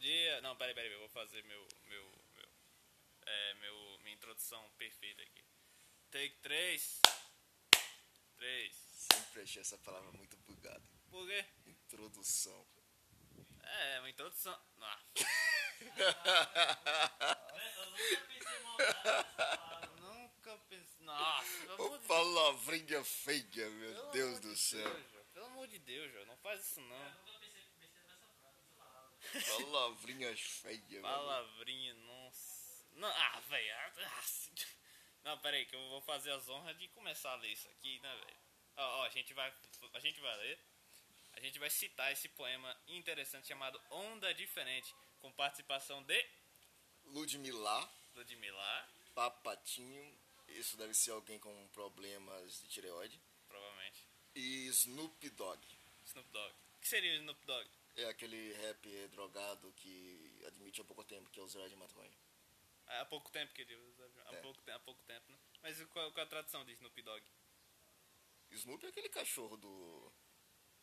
dia. Não, peraí, peraí, eu vou fazer meu. meu, meu, é, meu minha introdução perfeita aqui. Take 3. 3. Sempre achei essa palavra muito bugada. Por quê? Introdução. É, uma introdução. Ah, Eu nunca pensei em maldade. nunca pensei. Nossa, pelo amor Ô de palavrinha feia, meu pelo Deus amor do de céu. Deus, Jô. pelo amor de Deus, Jô, não faz isso Eu não. nunca pensei besteira nessa frase, nessa palavra. Palavrinhas feias, meu. Palavrinha, nossa. Não, ah, velho. Não, peraí, que eu vou fazer as honras de começar a ler isso aqui, né, velho? Ó, ó, a gente vai. A gente vai ler. A gente vai citar esse poema interessante chamado Onda Diferente, com participação de Ludmilla, Ludmilla, Papatinho. Isso deve ser alguém com problemas de tireoide. provavelmente. E Snoop Dogg. Snoop Dogg. O que seria o Snoop Dogg? É aquele rap drogado que admite há pouco tempo que é usuário de maconha. Há pouco tempo que ele usa. Há, É. pouco, te- há pouco tempo, né? Mas qual, qual a tradução de Snoop Dogg? Snoop é aquele cachorro do,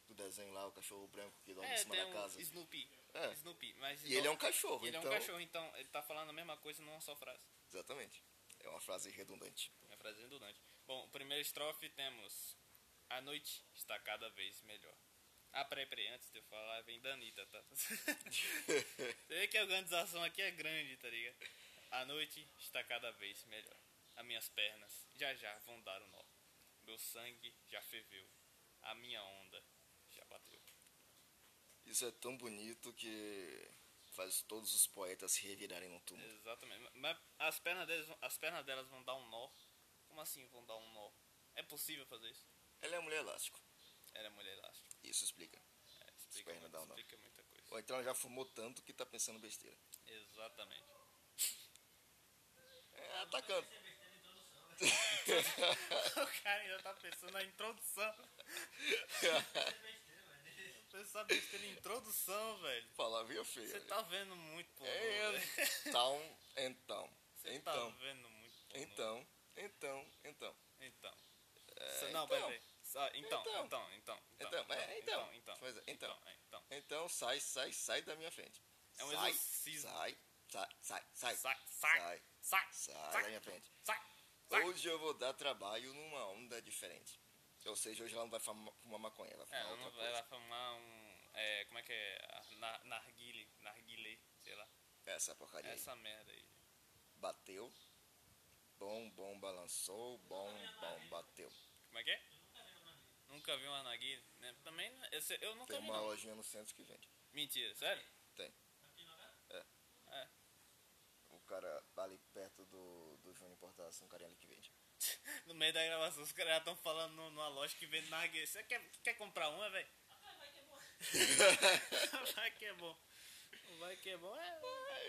do desenho lá, o cachorro branco que dorme em É, cima tem da um casa. Snoopy. É. Snoopy, mas E ele é um cachorro, Ele então. é um cachorro, então ele tá falando a mesma coisa numa só frase. Exatamente. É uma frase redundante. Uma frase redundante. Bom, primeira estrofe temos A noite está cada vez melhor. Ah, peraí, peraí, antes de eu falar, vem Danita, tá? Você vê que a organização aqui é grande, tá ligado? A noite está cada vez melhor. As minhas pernas já já vão dar o nó. Meu sangue já ferveu. A minha onda já bateu. Isso é tão bonito que faz todos os poetas se revirarem no túmulo. Exatamente. Mas as pernas, deles, vão- as pernas delas vão dar um nó. Como assim vão dar um nó? É possível fazer isso? Ela é uma mulher elástico. Era mulher elástica. Isso explica. É, explica, pernas muito- dão nó. explica muita coisa. Ou então ela já fumou tanto que tá pensando besteira. Exatamente. É, ela tá can- Pensei besteira em introdução. o cara ainda tá pensando na introdução. Pensei besteira, velho. Pensar besteira em introdução, velho. Palavrinha feia. Você velho. tá vendo muito pornô, É, velho. então, então, Você então, tá vendo muito pornô. então, então, então. Então. É, Cê- não, então. peraí. Só- Então, Então. então, então, então. Então, é, então. então, então, Pois é, então. então, é, então. Então sai, sai, sai da minha frente. É um sai, exorcismo. sai, sai, sai, Sai, sai, sai, sai, sai, sai da minha frente. sai, sai. Hoje eu vou dar trabalho numa onda diferente. Ou seja, hoje ela não vai fama- fumar maconha, ela vai É, fumar ela outra não vai coisa. lá fumar um. É, como é que é? Ah, Na, narguile, narguilé, sei lá. Essa é porcaria aí. Essa merda aí. Bateu. Bom, bom, balançou. Bom, bom, bateu. Como é que é? Nunca vi uma narguile, né? Também, não- eu, sei- eu nunca Tem vi. uma não. lojinha no centro que vende. Mentira, sério? Tem. Aqui no lugar? É. O cara ali perto do, do Júnior Importação, um carinha ali que vende. No meio da gravação, os caras estão falando nu- numa loja que vende narguilé. Você quer, quer comprar uma, velho? Rapaz, vai que é bom. Vai que é bom. Vai que é bom, é.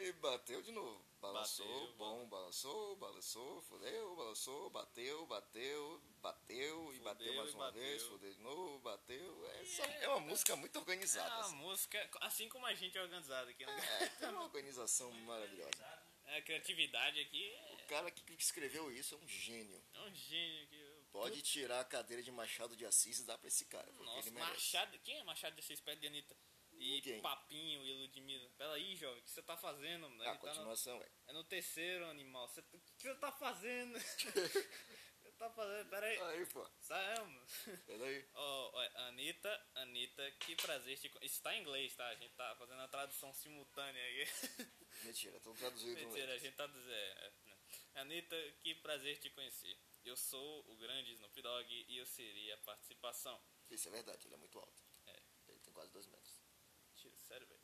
E bateu de novo. Balançou, Bateu, bom, balançou, balançou, fodeu, balançou, bateu, bateu, bateu e bateu Fudeu mais e uma bateu. vez, fodeu de novo, bateu. É, só- é uma música muito É organizada. uma assim. música, assim como a gente é organizado aqui. né? É, É, tem uma organização maravilhosa. A criatividade aqui é O cara que que escreveu isso é um gênio. é um gênio. Que... Pode tirar a cadeira de Machado de Assis e dar pra esse cara. Porque Nossa, ele merece. Machado. Quem é Machado desses pés de Anitta? E Ninguém. Papinho e Ludmilla. Pera aí, jovem, o que você tá fazendo? mano? Ah, Ele tá no- continuação, velho. É no terceiro animal. Você- O que você tá fazendo? você tá fazendo? Pera aí. Aí, pô. Sai, mano. Peraí. Ó, ó, Anitta, Anitta, que prazer te... con- Isso tá em inglês, tá? A gente tá fazendo a tradução simultânea aqui. Mentira, tô traduzido no Mentira, a gente tá dizendo. é, né? Anitta, que prazer te conhecer. Eu sou o grande Snoop Dogg e eu seria a participação. Isso é verdade, ele é muito alto. É. Ele tem quase dois metros. Mentira, sério, velho.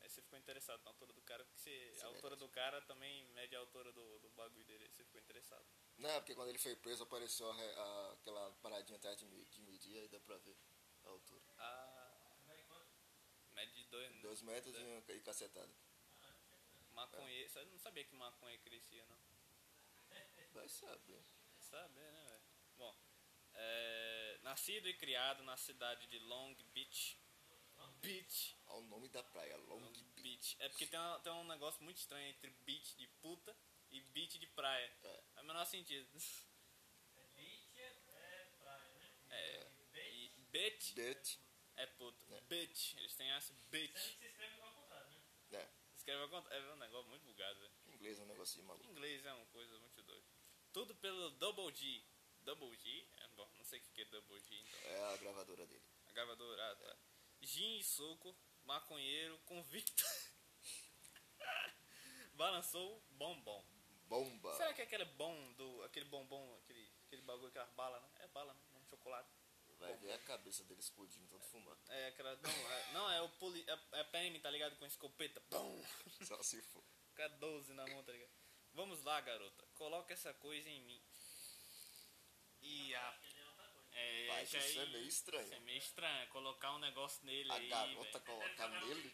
Aí você ficou interessado na altura do cara, porque você- Isso é a altura verdade. do cara também mede a altura do, do bagulho dele. Aí você ficou interessado. Não, porque quando ele foi preso apareceu a re- a- aquela paradinha atrás de, me- de medir, aí dá pra ver a altura. Ah, Vai quanto? mede dois, né? Dois metros e, um- e cacetada. é. Maconheiro. Eu não sabia que maconha crescia, não. Vai saber. Sabe, né, velho? Bom, é, nascido e criado na cidade de Long Beach. Beach. Ao nome da praia, Long Long Beach. Beach. É porque tem, uma- tem um negócio muito estranho entre beach de puta e beach de praia. É. É o menor sentido. É beach, é praia, né? É. E beach Beach. é puta. É. Beach. Eles têm essa Sendo beach. que se escreve ao contrário, né? É. escreve ao contrário. É um negócio muito bugado, velho. Em inglês é um negocinho Em maluco. Inglês é uma coisa muito doida. Tudo pelo Double G. Double G? É, bom, não sei o que que é Double G, então. É a gravadora dele. A gravadora, ah, tá. Gin e suco, maconheiro, convicto. Balançou bombom. Bomba. Será que é aquele bom do. aquele bombom, aquele, aquele bagulho, aquela bala, né? É bala, né? Não, chocolate. Vai ver a cabeça dele explodindo, todo fumando. É aquela. Não, é, não, é o poli. É, é PM, tá ligado? Com escopeta. Bom! Só se for. Com a 12 na mão, tá ligado? Vamos lá, garota. Coloca essa coisa em mim. E a. É, Vai, já isso é aí- meio estranho. Isso é meio estranho. é Colocar um negócio nele A aí. garota velho. colocar nele.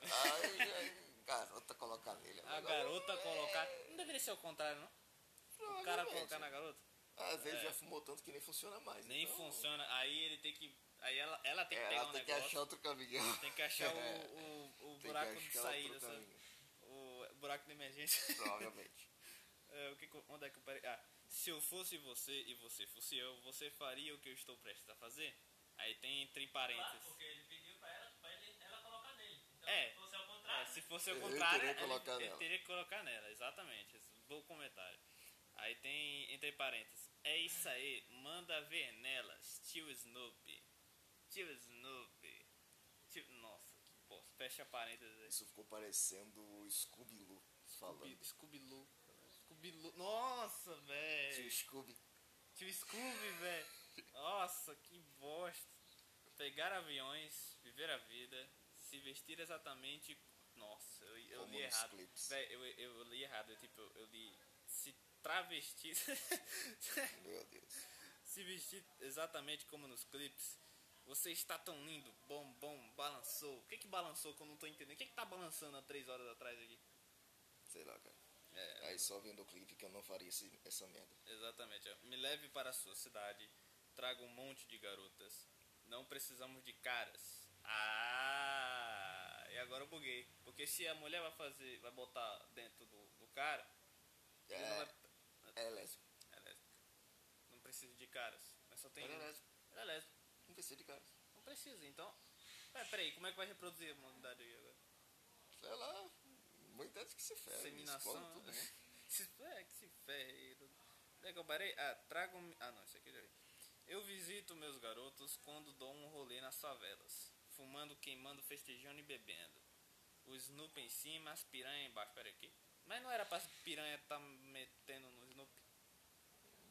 Ai, ai, garota colocar nele. é um A negócio- garota colocar. Não deveria ser o contrário, não? O cara Provavelmente. colocar na garota. Às vezes É. já fumou tanto que nem funciona mais. Nem então, funciona. Aí ele tem que. Aí ela, ela tem que É, pegar ela um tem que negócio. achar outro caminho. Tem que achar É, o, o, o tem que buraco de achar saída, outro sabe? caminho, O buraco de emergência. Provavelmente. É, o que que eu- onde é que eu parei? Ah, se eu fosse você e você fosse eu, você faria o que eu estou prestes a fazer? Aí tem entre parênteses. Porque ele pediu pra ela, pra ele, ela colocar nele. Então, É. se fosse ao contrário, É, se fosse o Ele contrário, teria ele, que colocar ele nela. teria que colocar nela, exatamente. Esse Bom comentário. Aí tem entre parênteses. É isso aí, manda ver nelas, tio Snoopy. Tio Snoopy. Tio- Nossa, que bosta. Fecha parênteses aí. Isso ficou parecendo o Scooby-Loo falando. Scooby- Scooby-Loo. Scooby-Loo. Nossa, velho. Tio Scooby. Tio Scooby, velho. Nossa, que bosta. Pegar aviões, viver a vida, se vestir exatamente. Nossa, eu, eu Como li nos errado. clipes. Véi, eu, eu li errado. Eu, tipo, eu li. Se travestir. Meu Deus. se vestir exatamente como nos clipes. Você está tão lindo, bom, bom, balançou. O que que balançou que eu não tô entendendo? O que que tá balançando há três horas atrás aqui? Sei lá, cara. É, Aí só vendo o clipe que eu não faria esse- essa merda. Exatamente. ó. Me leve para a sua cidade. Traga um monte de garotas. Não precisamos de caras. Ah! E agora eu buguei. Porque se a mulher vai fazer. vai botar dentro do, do cara. Ele não É, vai. é lésbico. É lésbica. Não precisa de caras. Mas só tem. Ela é um. lésbica. Ela é lésbica. Não precisa de cara. Não precisa, então. Pera, peraí, como é que vai reproduzir a humanidade aí agora? Sei lá. Muita gente que se ferra. Inseminação. Escola, É, tudo, né? Se- é, que se ferre. Onde é que eu parei? Ah, trago. Ah, não, isso aqui eu já vi. Eu visito meus garotos quando dou um rolê nas favelas. Fumando, queimando, festejando e bebendo. O Snoop em cima, as piranha embaixo. Pera aqui. Mas não era pra as piranha tá metendo no Snoop?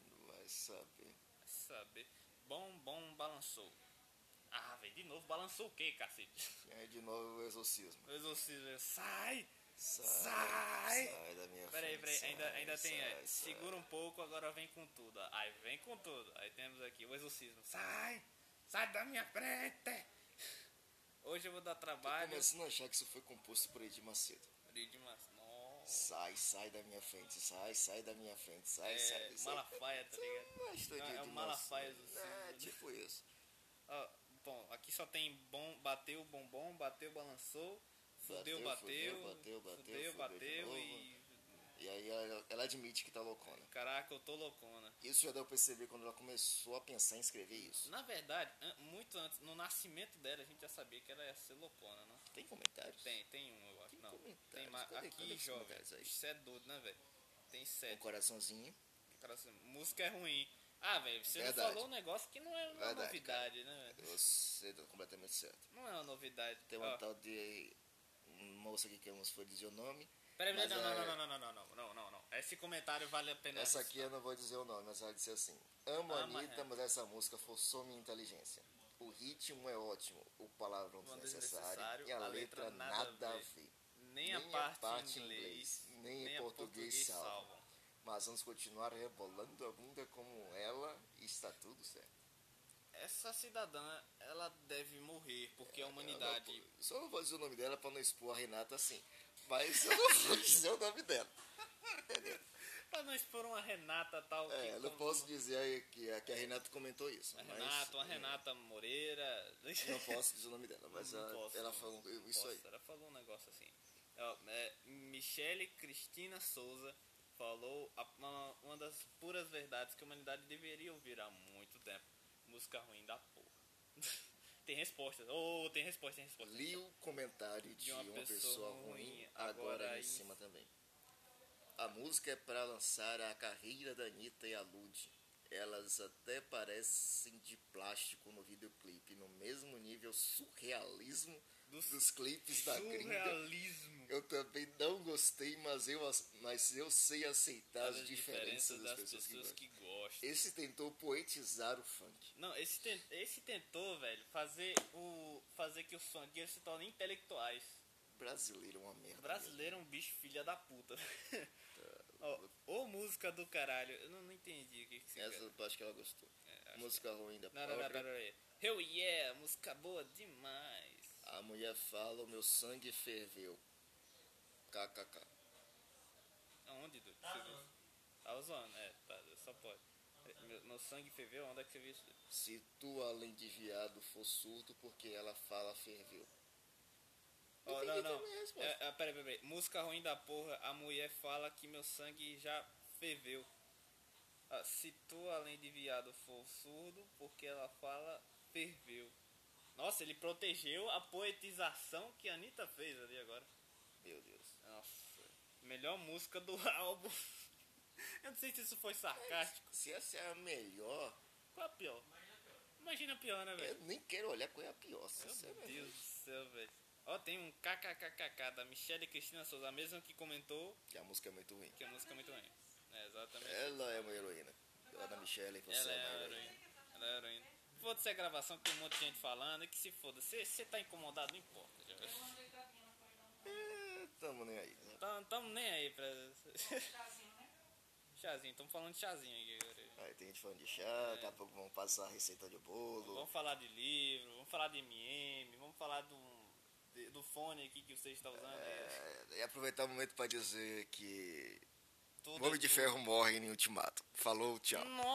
Não vai saber. Vai saber. Bom, bom, balançou. Ah, velho, de novo, balançou o que, cacete? E aí É de novo o exorcismo. O exorcismo, sai! Sai, Sai! sai da minha Peraí, frente. peraí, ainda, sai, ainda tem. sai, é, sai. segura um pouco, agora vem com tudo. ó. Aí vem com tudo. Aí temos aqui o exorcismo. Sai! Sai da minha frente! Hoje eu vou dar Tô trabalho. começando a achar que isso foi composto por Edir Macedo. Brilho de mas- Nossa. Sai, sai da minha frente, sai, sai da minha frente, sai, É, sai. sai. Malafaia, tá ligado? Eu gosto É, de é Edir o Malafaia Macedo. do cinema, É, né? tipo isso. Ó, bom, aqui só tem bom, bateu, bombom, bateu, balançou. Fudeu, bateu. Bateu, fudeu, bateu, bateu, Fudeu, fudeu de bateu novo. e. E aí ela, ela admite que tá loucona. Caraca, eu tô loucona. Isso já deu pra perceber quando ela começou a pensar em escrever isso. Na verdade, an- muito antes, no nascimento dela, a gente já sabia que ela ia ser loucona, né? Tem comentários? Tem, tem um, eu acho. Tem não, comentários. tem mais. Cadê- Aqui, cadê os jovem. comentários aí? Isso é doido, né, velho? Tem Um sete. coraçãozinho. Cara, assim, música é ruim. Ah, velho, você Verdade. não falou um negócio que não é uma Verdade, novidade, né, velho? Você tá completamente certo. Não é uma novidade. Tem Ó, uma tal de moça aqui que eu não vou dizer o nome. Peraí, mas não, é- não, não, não, não, não, não, não, não, não. Esse comentário vale a pena. Essa aqui eu não vou dizer o nome, mas ela disse assim: Amo a Ama, Anitta, é. mas essa música forçou minha inteligência. O ritmo é ótimo, o palavrão Quando é desnecessário desnecessário, e a, letra, nada a ver. Nem, é a parte, em inglês, nem, em português, salvam. Mas vamos continuar rebolando a bunda como ela e está tudo certo. Essa cidadã, ela deve morrer, porque a Eu humanidade. não vou- só não vou dizer o nome dela pra não expor a Renata assim. Mas eu não vou dizer o nome dela. Pra não expor uma Renata tal. É, que eu não com- posso dizer aí que, a- que a Renata comentou isso. Uma mas- Renata, uma Renata Moreira. Não posso dizer o nome dela, mas Não ela, posso, ela não. falou Não isso aí. posso, Ela falou um negócio assim. Ó, é, Michele Cristina Souza falou a- uma, uma das puras verdades que a humanidade deveria ouvir há muito tempo. Música ruim da porra. tem resposta. Ou tem resposta, tem resposta. Li o comentário de, uma, pessoa, ruim, agora em cima também. A música é para lançar a carreira da Anitta e a Lud. Elas até parecem de plástico no videoclipe, no mesmo nível surrealismo Dos- dos, clipes da gringa. Surrealismo. Eu também não gostei, mas eu, as- mas eu sei aceitar as, As diferenças, das, pessoas, que que, gostam. gostam. Esse tentou poetizar o funk. Não, esse, ten- esse tentou, velho, fazer o fazer que os funkeiros se tornem intelectuais. Brasileiro é uma merda. Brasileiro é um bicho filha da puta. Ó, Ô música do caralho. Eu não, não entendi o que, que você mesmo. Essa quer. eu acho que ela gostou. É, acho- Música ruim da Não, não, não, própria. pera aí. Hell yeah, música boa demais. A mulher fala, o meu sangue ferveu. KKK. Aonde, Dudu? Tá, Você viu? mano. Tava zoando, é, tá, só pode. É, Meu, meu sangue ferveu, onde é que você viu isso? Se tu, além de viado, for surdo, porque ela fala ferveu. Ó, tem não, que não. ter uma resposta. É, é, peraí, peraí. Música ruim da porra, a mulher fala que meu sangue já ferveu. Ah, se tu, além de viado, for surdo, porque ela fala ferveu. Nossa, ele protegeu a poetização que a Anitta fez ali agora. Meu Deus. Nossa, melhor música do álbum. Eu não sei se isso foi sarcástico. Se essa é a melhor, Qual a pior? Imagina a pior, né, eu velho? nem quero olhar qual é a pior, Meu sinceramente. Deus do céu, velho. Ó, tem um kkkk da Michelle Cristina Souza, a mesma que comentou Que a música é muito ruim. que a música é muito ruim. É, exatamente. Ela é uma heroína. Ana Michelle, você Ela é uma é a heroína. heroína. Ela é a heroína. Foda-se a gravação que tem um monte de gente falando, e que se foda. Se você tá incomodado, não importa. Já. É, tamo nem aí. né? Tá, não tamo nem aí pra. Chazinho, né? chazinho, tamo falando de chazinho aqui agora. Aí tem gente falando de chá, É. daqui a pouco vão passar a receita de bolo. Vamos falar de livro, vamos falar de MM, vamos falar do, de- do fone aqui que você está usando. É, e aproveitar o momento pra dizer que Tudo o é Homem de tudo. Ferro morre em Ultimato. Falou, tchau. Nossa.